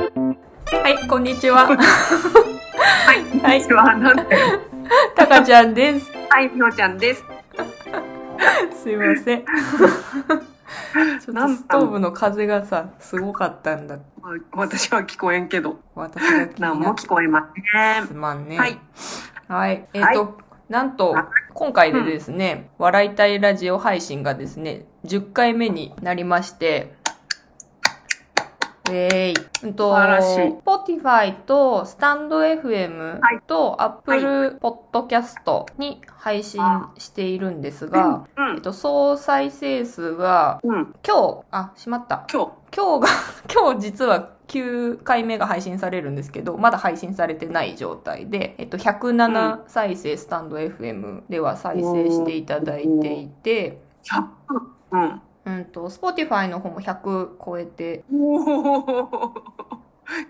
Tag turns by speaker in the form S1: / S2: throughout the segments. S1: はい、こんにちは。
S2: はい、こん
S1: はい
S2: にちは。なんて
S1: たかちゃんです。
S2: はい、みほちゃんです。
S1: すいません。ちょっとストーブの風がさ、すごかったんだ。
S2: まあ私は聞こえんけど、
S1: 私が気に
S2: なん
S1: な
S2: も
S1: っ
S2: 聞こえませ
S1: て
S2: ん。
S1: すまんね。
S2: はい。
S1: はい。えっ、
S2: はい
S1: と、なんと
S2: はい、
S1: 今回でですね、笑いたいラジオ配信がですね、10回目になりまして、えーい。うんと、
S2: 素晴らしい
S1: Spotify とスタンド FM
S2: はい
S1: と Apple Podcast に配信しているんですが、
S2: うん
S1: えっと、総再生数が、
S2: うん、うん、
S1: 今日、あ、しまった。
S2: 今日。
S1: 今日が、 今日実は9回目が配信されるんですけど、まだ配信されてない状態で、えっと、107再生、スタンド FM では再生していただいていて、
S2: 100分。
S1: うんと、Spotify の方も100超えて、
S2: うん。おお。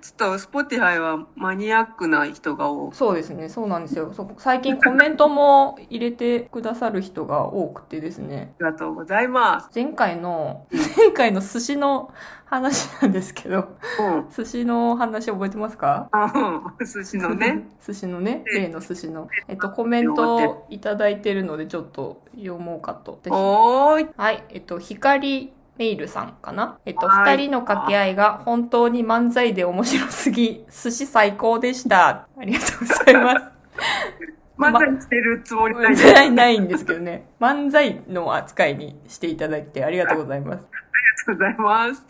S2: ちょっと、スポティファイはマニアックな人が多い。
S1: そうですね、そうなんですよ。そう最近コメントも入れてくださる人が多くてですね、
S2: ありがとうございます。
S1: 前回の、 前回の寿司の話なんですけど、
S2: うん。
S1: 寿司の話覚えてますか
S2: あうん、寿司のね。
S1: 寿司のね、
S2: うん
S1: 例の寿司の。えっと、コメントをいただいてるので、ちょっと読もうかと。
S2: おーい。
S1: はい、えっと、光メイルさんかなえっと、
S2: は
S1: 二
S2: い
S1: 人の掛け合いが本当に漫才で面白すぎ、寿司最高でした。ありがとうござい ます。
S2: まさにしてるつもりない。ありが
S1: ない、ないんですけどね。漫才の扱いにしていただいてありがとうございます。
S2: とうございます。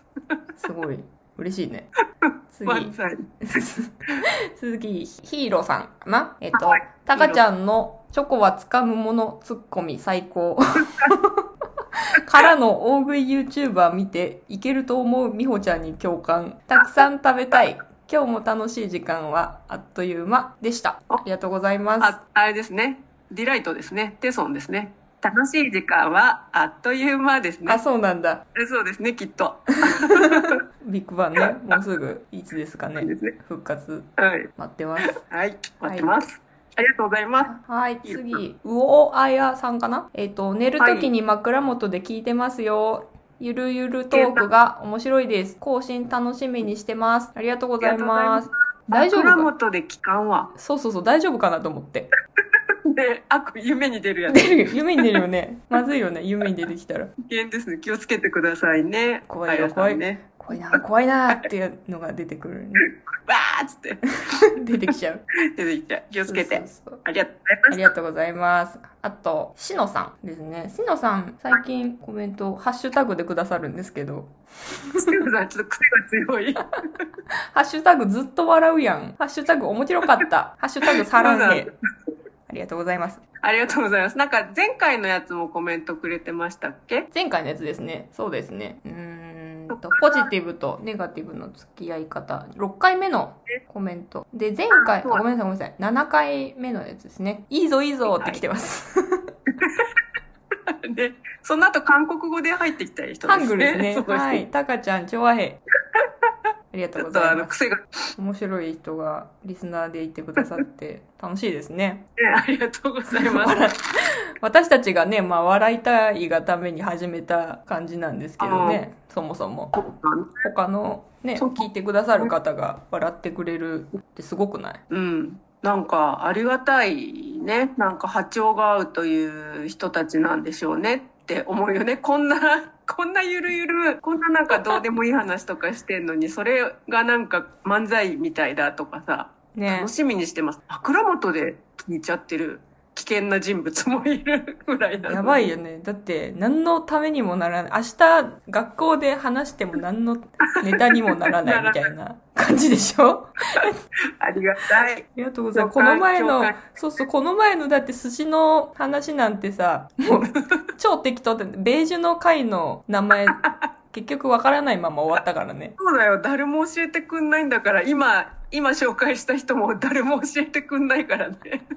S1: すごい。嬉しいね。次。
S2: まさに。
S1: 次、ヒーローさんかなえっと
S2: はい、
S1: タカちゃんのチョコは掴むものツッコミ最高。 からの大食い YouTuber 見て、いけると思う美穂ちゃんに共感。たくさん食べたい。今日も楽しい時間はあっという間でした。ありがとうございます。
S2: あ、あれですね。ディライトですね。テソンですね。楽しい時間はあっという間です
S1: あ、
S2: ね。
S1: そうなんだ。
S2: そうですね、きっと。
S1: ビッグバンね。もうすぐ、いつですか
S2: そうで
S1: ね。
S2: すね。
S1: 復活
S2: はい。
S1: 待ってます。
S2: はい。待ってます。ありがとうございます。
S1: はい、次、うおあやさんかなえっ、と、寝るときに枕元で聞いてますよ。ゆるゆるトークが面白いです。更新楽しみにしてます。ありがとうございます。大丈夫
S2: 枕
S1: か
S2: 元で期間は。
S1: そうそうそう、大丈夫かなと思って。
S2: で、悪夢に出るやつ。危
S1: 出るよ夢に出るよね。まずいよね、夢に出てきたら。
S2: 険ですね。気をつけてくださいね。
S1: 怖いよ
S2: あやさんね。
S1: 怖いな、怖いなっていうのが出てくる、ね。
S2: わーっつって
S1: 出てきちゃう。
S2: 出てきて。気をつけ
S1: そう
S2: て。
S1: そうそう
S2: ありがとう
S1: あ
S2: ござ
S1: り
S2: い
S1: がとうございます。あと、しのさんですね。しのさん、最近コメント、ハッシュタグでくださるんですけど、
S2: ます。ステフさん、ちょっと癖が強い。
S1: ハッシュタグずっと笑うやん。ハッシュタグ面白かった。ハッシュタグサランヘ。ありがとうございます。
S2: ありがとうございます。なんか前回のやつもコメントくれてましたっけ
S1: 前回のやつですね。そうですね。うーんと、ポジティブとネガティブの付き合い方。6回目のコメント。で、前回、あ
S2: あそう
S1: ごめんなさい、ごめんなさい。7回目のやつですね。いいぞ、いいぞって来てます。
S2: で、その後韓国語で入ってきた人ですね。
S1: ハングルですね。
S2: そうですね
S1: はい。タカちゃん、チョアヘ。ありがとう
S2: ちょ
S1: ご
S2: っと
S1: ざ
S2: あ
S1: い
S2: の、
S1: ます。
S2: 癖が、ね、
S1: 面白い人がリスナーでいてくださって楽しいですね。
S2: ありがとうございます。
S1: 笑い私たちがね、まあ、笑いたいがために始めた感じなんですけどねそもそも他のね
S2: そう
S1: 聞いてくださる方が笑ってくれるってすごくない
S2: うん。なんか、ありがたいね。なんか波長が合うという人たちなんでしょうねって思うよね。こんな、 こんなゆるゆる、こんななんかどうでもいい話とかしてんのに、それがなんか漫才みたいだとかさ、
S1: ね
S2: 楽しみにしてます。枕元で聞いちゃってる危険な人物もいるぐらいなのに
S1: やばいよねだって何のためにもならない明日学校で話しても何のネタにもなら ないみたいな感じでしょ
S2: ありがたい。
S1: ありがとうございます。こ
S2: 了解
S1: の前の
S2: 了解、
S1: そうそう、この前のだって寿司の話なんてさ、 もう超適当で、ベージュの会の名前、結局わからないまま終わったからね。
S2: そうだよ。誰も教えてくんないんだから、今、今紹介した人も誰も教えてくんないからね。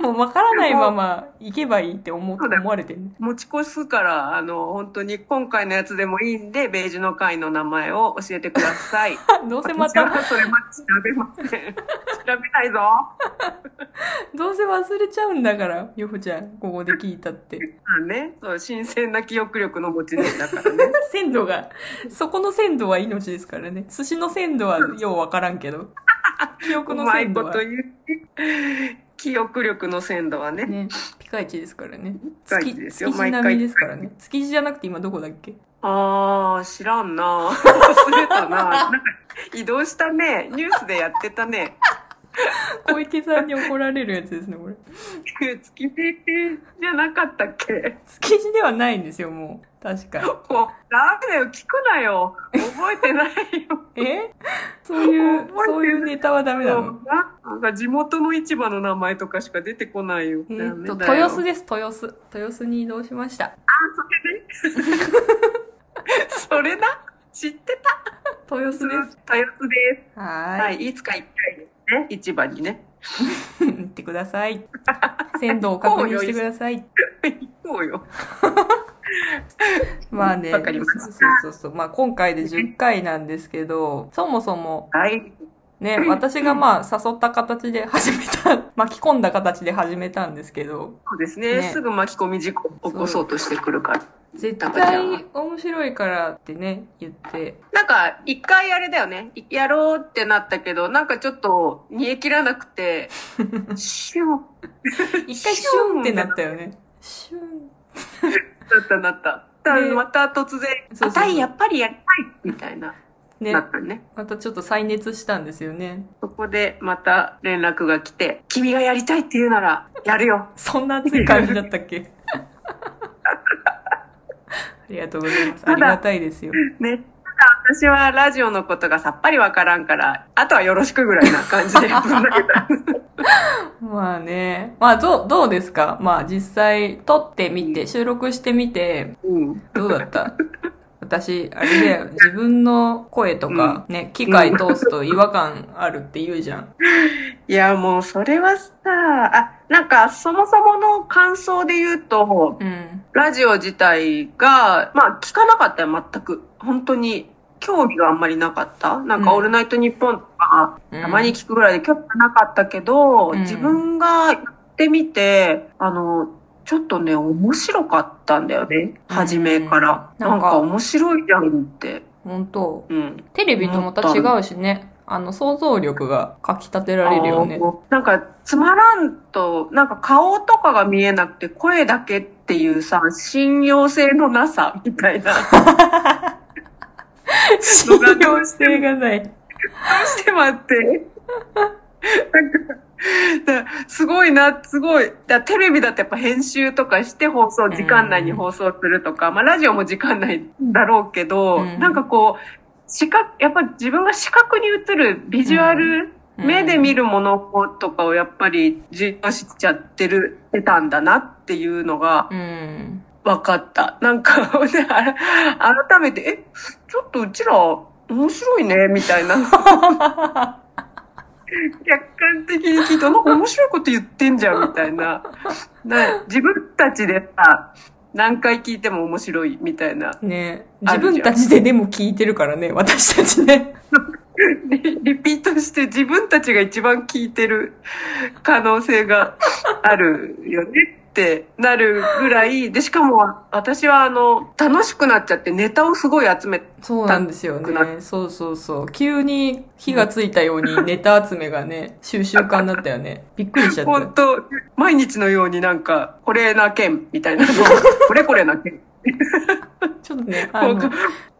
S1: もうわからないまま行けばいいって思
S2: そうだよ
S1: 思われてるね。
S2: 持ち越すから、あの、本当に今回のやつでもいいんで、ベージュの会の名前を教えてくだ さい。
S1: どうせまた、
S2: 私はそれまで調べません。調べないぞ。
S1: どうせ忘れちゃうんだから、よほちゃん、ここで聞いたって。
S2: まあね、そう、新鮮な記憶力の持ち主だか らね。
S1: 鮮度が、そこの鮮度は命ですからね。寿司の鮮度はようわからんけ ど。記憶
S2: う
S1: の
S2: まい
S1: 鮮度
S2: こ
S1: は
S2: と。言う。記憶力の鮮度はね。
S1: ね、ピカイチですからね。
S2: カイ
S1: 月
S2: チ
S1: 築
S2: ですよ
S1: 地並みですからね。築地じゃなくて今どこだっけ
S2: あー、知らんな。忘れたな。なんか移動したね。ニュースでやってたね。
S1: 小池さんに怒られるやつですね、これ。
S2: 月地じゃなかったっけ
S1: 築地ではないんですよ、もう。確か。
S2: もう、ダメだよ。聞くなよ。覚えてないよ。
S1: えそういう、
S2: 覚えてない
S1: そういうネタはダメなの
S2: なんか地元の市場の名前とかしか出てこないよ。
S1: えーっと、
S2: ダメだよ
S1: 豊洲です、豊洲。豊洲に移動しました。
S2: それな知ってた
S1: 豊
S2: 豊
S1: 洲で。
S2: 洲です
S1: は
S2: す。
S1: ーい。
S2: はい、いつか行きたいね。市場にね。
S1: 行ってください。鮮度を確認してください。
S2: 行こうよ。
S1: まあね。
S2: わかりました
S1: そうそうそう。まあ今回で10回なんですけど、そもそも
S2: はい。
S1: ね、私がまあ誘った形で始めた、 巻き込んだ形で始めたんですけど、
S2: そうですね。
S1: ね
S2: すぐ巻き込み事故起こそうとしてくるから。
S1: 絶対面白いからってね、言って。
S2: なんか、一回あれだよね。いやろうってなったけど、なんかちょっと、煮え切らな くて、シュンだ
S1: 一回シュンってなったよね。シュン。
S2: ったなった。だから
S1: ね
S2: また突
S1: そうそ
S2: 然、
S1: うそう
S2: あたいやっぱりやりたいみたいな、
S1: ね
S2: な、ったね。
S1: またちょっと再熱したんですよね。
S2: そこでまた連絡が来て、君がやりたいって言うなら、やるよ。
S1: そんな熱い感じだったっ けありがとうございます。ありがたいですよ。
S2: ね。ただ私はラジオのことがさっぱりわからんから、あとはよろしくぐらいな 感じでぶん投げた。
S1: まあね。まあどう、どうですかまあ実際撮ってみて、収録してみて、
S2: うん。
S1: どうだった 私、あれだよ、自分の声とか、ね、機械通すと違和感あるって言うじゃん。
S2: いや、もうそれはさ、あ、なんかそもそもの感想で言うと、
S1: うん。
S2: ラジオ自体が、まあ聞かなかったよ、全く。本当に。興味があんまりなかったなんか、
S1: うん
S2: オールナイトニッポンとか、
S1: うん
S2: たまに聞くぐらいで興味なかったけど、
S1: うん
S2: 自分がやってみて、あの、ちょっとね、面白かったんだよね。
S1: うん
S2: 初めから。
S1: なんか
S2: なんか面白いじゃんって。
S1: 本当
S2: うん。
S1: テレビとまた違うしね。あの、想像力がかき立てられるよね。
S2: あーなんか、つまらんと、なんか顔とかが見えなくて声だけっていうさ、信用性のなさみたいな。
S1: 信用性がない。
S2: ちょっと待って。なんかすごいな、すごい。だテレビだってやっぱ編集とかして放送、時間内に放送するとか、まあラジオも時間内だろうけど、
S1: うん
S2: なんかこう、視覚、やっぱ自分が視覚に映るビジュアル、
S1: うん
S2: 目で見るものとかをやっぱり重要視しちゃってる、てたんだなっていうのが
S1: うん。
S2: 分かった。なんか、ね、あれ改めて、え、ちょっとうちら面白いね、みたいな。客観的に聞いて、なんか面白いこと言ってんじゃん、みたいな。な自分たちでさ、何回聞いても面白い、みたいな。
S1: ね
S2: あ
S1: 自
S2: るじゃん
S1: 分たちででも聞いてるからね、 私たちね。
S2: リリピートして自分たちが一番聞いてる可能性があるよねってなるぐらい、で、しかも私はあの、楽しくなっちゃってネタをすごい集めて、
S1: そうなんですよね。そうそうそう。急に火がついたようにネタ集めがね、収集家になったよね。 びっくりしちゃった
S2: 本。当毎日のようになんか、これな件みたいなのをこれこれな件。
S1: ちょっとね、あ
S2: こう
S1: の、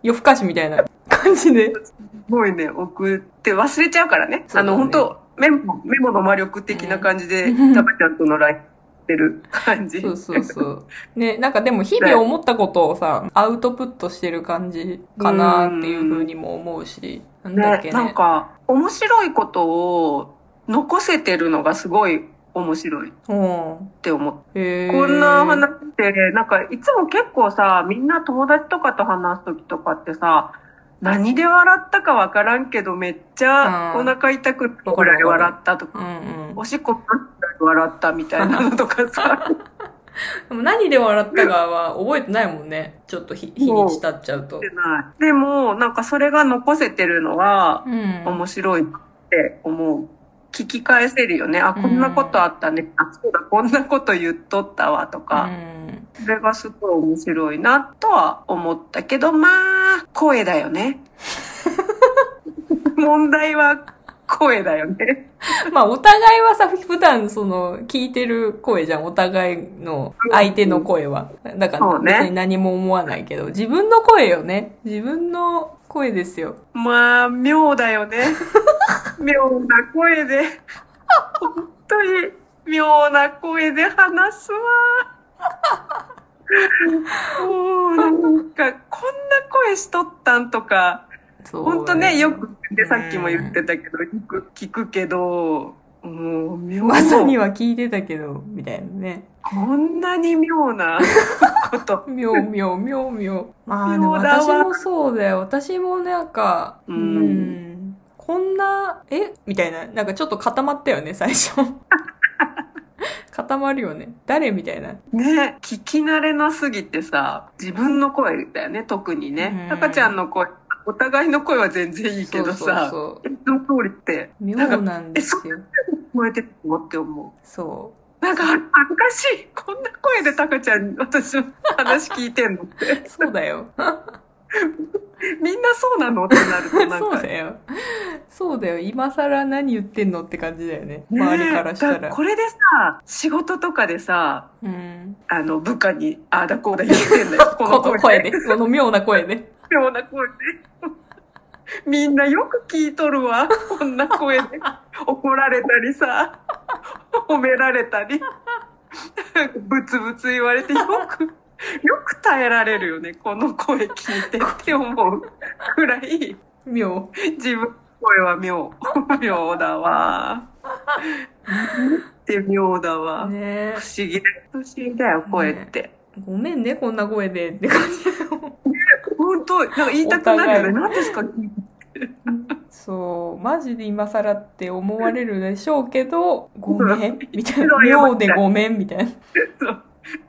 S1: 夜更かしみたいな感じ で。
S2: すごいね、送って忘れちゃうからね。
S1: そうだ
S2: あ
S1: ね
S2: の、本当メモ、メモの魔力的な感じで、
S1: うん
S2: タバちゃんとのラインってる感じ。
S1: そうそうそう。ね、なんかでも日々思ったことをさ、アウトプットしてる感じかなっていうふうにも思うし、なんだっけ
S2: ね、
S1: ね。
S2: なんか、面白いことを残せてるのがすごい面白いっ
S1: うん。
S2: て思っ
S1: へ
S2: て。
S1: ー
S2: こんな話って、なんか、いつも結構さ、みんな友達とかと話すときとかってさ、何で笑ったかわからんけど、めっちゃお腹痛くなるぐらい笑ったとか、
S1: うんうん。
S2: おしっこパンぐらい笑ったみたいなのとかさ、
S1: でも何で笑ったかは覚えてないもんね。ちょっと日日にち経っちゃうと
S2: 出。てない。でも、なんかそれが残せてるのは
S1: うん。
S2: 面白いって思う。聞き返せるよね。あ、こんなことあったね。あ、そうだ、こんなこと言っとったわと
S1: う
S2: か。
S1: ん。
S2: それがすごい面白いなとは思ったけど、まあ、声だよね。 問題は声だよね。
S1: まあ、お互いはさ、普段その、聞いてる声じゃん。お互いの、相手の声は。だか
S2: そ
S1: ら、
S2: うね
S1: 別に何も思わないけど、自分の声よね。自分の声ですよ。
S2: まあ、妙だ よね。妙な声で、本当に妙な声で話すわ。もうなんか、こんな声しとったんとか、
S1: そう。
S2: 本当ね、よ。く、で、さっきも言ってたけど、よく聞くけど、もう、妙
S1: まさには聞いてたけど、みたいなね。
S2: こんなに妙なこと。
S1: みょうみょうみょうみょう。まあ、でも
S2: 妙だわ
S1: 私もそうだよ。私もなんか、う
S2: うん
S1: ん。こんな、えみたいな。なんかちょっと固まったよね、最 初。固まるよね。誰みたいな。
S2: ね、聞き慣れなすぎてさ、自分の声だよね、特にね。
S1: うん
S2: 赤ちゃんの声、お互いの声は全然いいけど
S1: そう
S2: さ、
S1: そうそう
S2: えその通りって、
S1: 妙なんですよ。
S2: 聞こえてるのって思。
S1: そう
S2: なんか恥ずかしい。こんな声でタカちゃん、私の話聞いてんのって。
S1: う。そうだよ。
S2: みんなそうなのってなるとな ん
S1: そう
S2: か。
S1: だよ。そうだよ。今更何言ってんのって感じだよね。
S2: ね
S1: 周りからした。
S2: だからこれでさ、仕事とかでさ、
S1: うん。
S2: あの、部下に、ああだこうだ言ってんだよ。こ
S1: こ
S2: の
S1: の
S2: 声
S1: 声
S2: で。
S1: で。この妙な声で。
S2: ような声で。みんなよく聞いとるわ。こんな声で。怒られたりさ、褒められたり、ブツブツ言われてよく、よく耐えられるよね。この声聞いてって思うくらい、
S1: 妙。
S2: 自分の声は妙。妙だわ。って妙だわ。
S1: ねえ
S2: 不思議だよ。不思議だよ、声って。
S1: ごめんね、こんな声でって感じ。
S2: 本当なんか言いたくなるよね。
S1: お互い
S2: 何ですか
S1: そう、マジで今更って思われるでしょうけ ど、ごめん、みたいな。
S2: 一度謝
S1: 妙
S2: って
S1: でごめん、みたいな。
S2: そう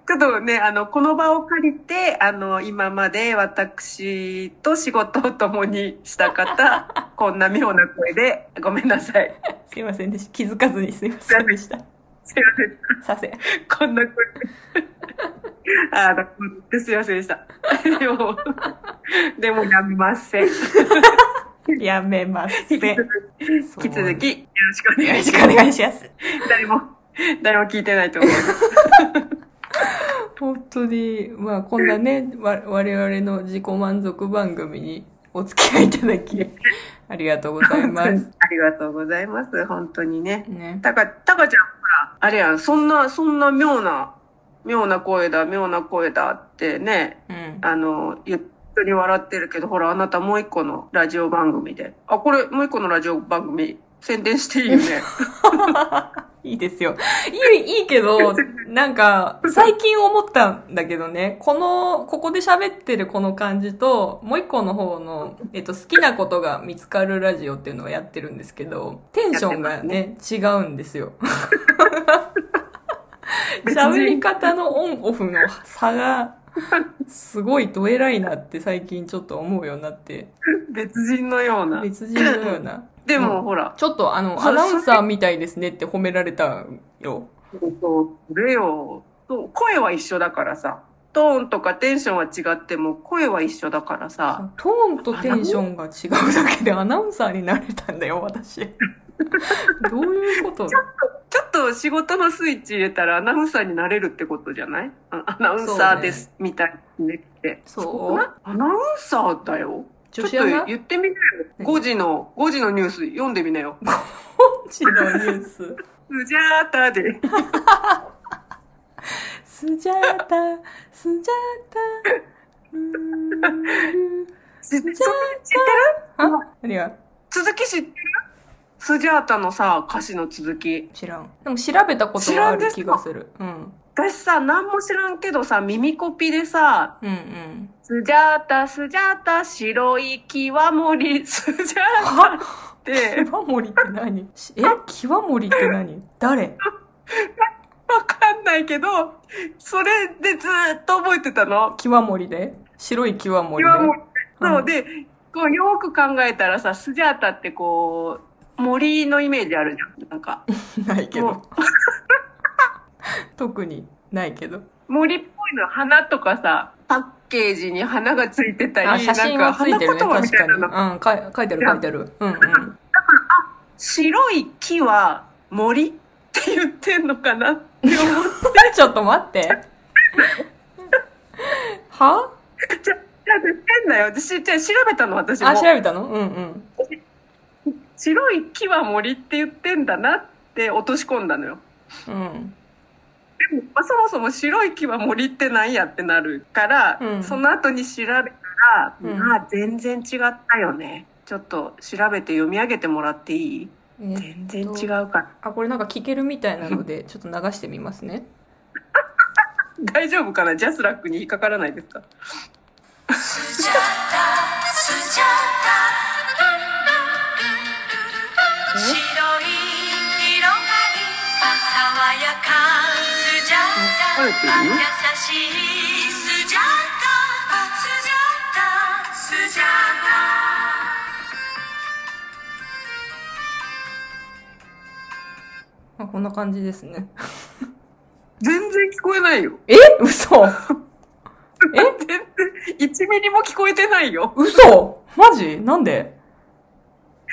S2: ちょっとね、あの、この場を借りて、あの、今まで私と仕事を共にし た方、こんな妙な声で、ごめんなさい。
S1: すいませんでした。気づかずにすいませんでした。
S2: すいませ
S1: さ
S2: ん。
S1: せん。
S2: こんな声で。ああ、すいませんでした。でも、でもやめません。
S1: やめます。
S2: 引き続き、引
S1: そう
S2: き続き、よろしくお
S1: よ
S2: 願
S1: ろ
S2: い
S1: し
S2: し
S1: く
S2: ま
S1: お
S2: す。
S1: 願いします。
S2: 誰も、誰も聞いてないと思う。
S1: 本当に、まあこんなね、わ我々の自己満足番組にお付き合いいただき、ありがとうございま
S2: あ
S1: す。
S2: りがとうございます。本当にね。
S1: ね。
S2: たか、たかちゃん、ほら、あれやん、そんな、そんな妙な、妙な声だ、妙な声だってね、
S1: うん。
S2: あの、言っに笑ってるけど、ほら、あなたもう一個のラジオ番組で。あ、これ、もう一個のラジオ番組、宣伝していいよ ね。
S1: いいですよ。いい、いいけど、なんか、最近思ったんだけどね、この、ここで喋ってるこの感じと、もう一個の方の、えっと、好きなことが見つかるラジオっていうのをやってるんですけど、テンションがね、違うんですよ。
S2: 別
S1: 喋り
S2: に、
S1: 方のオンオフの差が、すごいどえらいなって最近ちょっと思うようになって、
S2: 別人のような。
S1: 別人のような。
S2: でも、
S1: うん、
S2: ほら、
S1: ちょっとあの、
S2: そ
S1: アナウンサーみたいですねって褒められたよ。
S2: そう、レオと、声は一緒だからさ、トーンとかテンションは違っても、声は一緒だからさ、
S1: トーンとテンションが違うだけでアナウンサーになれたんだよ、 私。どういうこと
S2: ちょっと仕事のスイッチ入れたらアナウンサーになれるってことじゃないあアナウンサーです、みたいにねって。
S1: そう
S2: すごくないアナウンサーだよ。ちょ
S1: 女
S2: っと
S1: 子アナ
S2: 言ってみなよ。
S1: 何
S2: 5時の、5時のニュース読んでみなよ。
S1: 本地のニュース。
S2: スジャータで。
S1: スジャータ、スジャータ、うーん。
S2: ス ジャー
S1: あ、何が
S2: 続き知ってるスジャータのさ、歌詞の続き。
S1: 知らん。でも調べたことはある気がする。うん。
S2: 私さ、何も知らんけどさ、耳コピでさ、
S1: うん うん。
S2: スジャータ、スジャータ、白い際森、スジャータって、
S1: 極盛りって何しえ極盛りって何誰
S2: わかんないけど、それでずーっと覚えてたの。
S1: 極盛りで白い極盛り
S2: 際
S1: で。
S2: 森。
S1: うん
S2: そうで、こうよく考えたらさ、スジャータってこう、森のイメージあるじゃん。なんか、
S1: ないけ
S2: もう
S1: ど。特にないけど。
S2: 森っぽいの花とかさ、パッケージに花がついてた
S1: あ、
S2: り、
S1: 写真はついてるね、
S2: なんか花言葉み
S1: 確
S2: た
S1: か
S2: い
S1: に。
S2: な
S1: う
S2: の。
S1: ん、か書いてる書いて る。うんうん。
S2: 白い木は森って言ってんのかなって思っ
S1: ちょっと待って。は
S2: て、ちゃ変だよ。私、じゃあ調べたの、私も
S1: あ、。調べたのうんうん。
S2: 白い木は森って言ってんだなって落とし込んだのよ。
S1: うん。
S2: でも、まあそもそも白い木は森ってなんやってなるから、
S1: うん
S2: その後に調べたら、
S1: うん
S2: まあ、全然違ったよね。ちょっと調べて読み上げてもらっていい
S1: え
S2: 全然違うから。
S1: あ、これなんか聞けるみたいなので、ちょっと流してみますね。
S2: 大丈夫かなジャスラックに引っかからないですか
S3: 白い色がに爽やかスジャ
S2: うん晴
S3: ータ
S2: れてるよ
S3: 優しいスジャータスジャータスジャー
S1: まあ、こんな感じですね。
S2: 全然聞こえないよ。
S1: え嘘
S2: 全然、1ミリも聞こえてないよ。
S1: 嘘マジなんで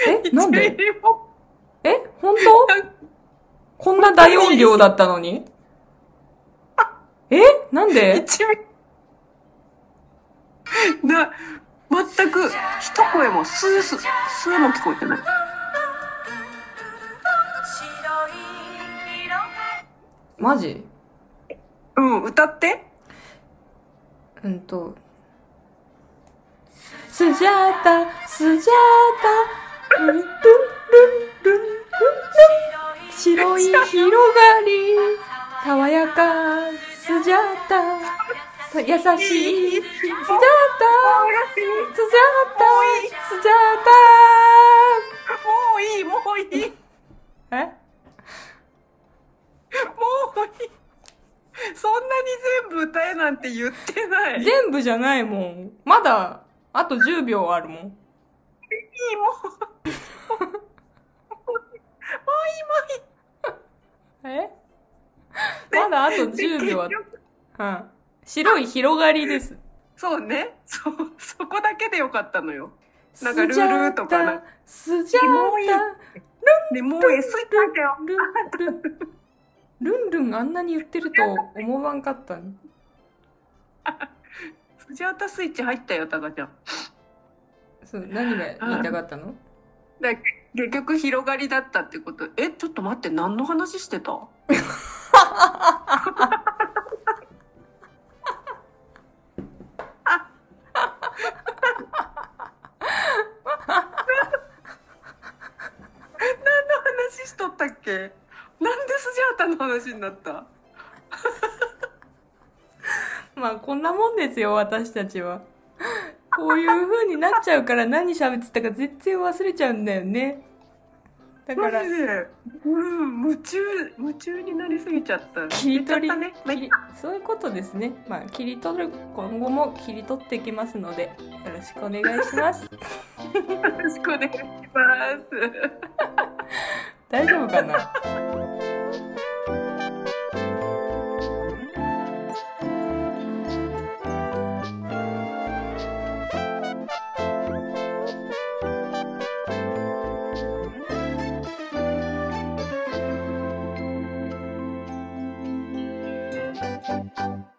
S1: えな
S2: 1
S1: ん
S2: ミ
S1: で
S2: リも。
S1: え本当 こんな大音量だったのにえなんで
S2: 1ミリ。な、全く、一声も、スース、スーも聞こえてない。
S3: タ白い色が
S1: マジ
S2: うん、歌って。
S1: うんと。スジャータ、スジャータ、ルンルンルンルンルン白い広がり、爽やか、スジャータ、優しい、スジャータ、スジャータ、スジャー
S2: もういい、もういい、も
S1: タえ
S2: ういい。そんなに全部歌えなんて言ってない。いい、も
S1: 全部じゃないもん。まだ、あと10秒あるもん。
S2: う。
S1: え まだあと10秒ある。うん。白い広がりです。
S2: そうね。そ、そこだけでよかったのよ。なんか
S1: スジャ
S2: ルー
S1: ー
S2: ルとかな
S1: タ、スジャー
S2: で、もうえ、スイッチ
S1: タ、
S2: 入ったよ。
S1: ルンルン、ルンルンあんなに言ってると思わんかったね。
S2: 藤畑スイッチ入ったよ、タカちゃん。
S1: そう、何が言いたかったの
S2: だ結局広がりだったってこと。え、ちょっと待って、何の話してた何の話しとったっけなんでスジャータの話になった
S1: まあこんなもんですよ、私たちは。こういう風になっちゃうから何喋ってたか全然忘れちゃうんだよね。だか
S2: マジ
S1: ら、
S2: で、うん、夢中、夢中になりすぎちゃった。
S1: 切り取り、
S2: 言っちゃったね。まあい
S1: 切
S2: い
S1: りそういうことですね。まあ切り取る、今後も切り取っていきますので、よろしくお願いします。
S2: よろしくお願いします。
S1: 大丈夫かな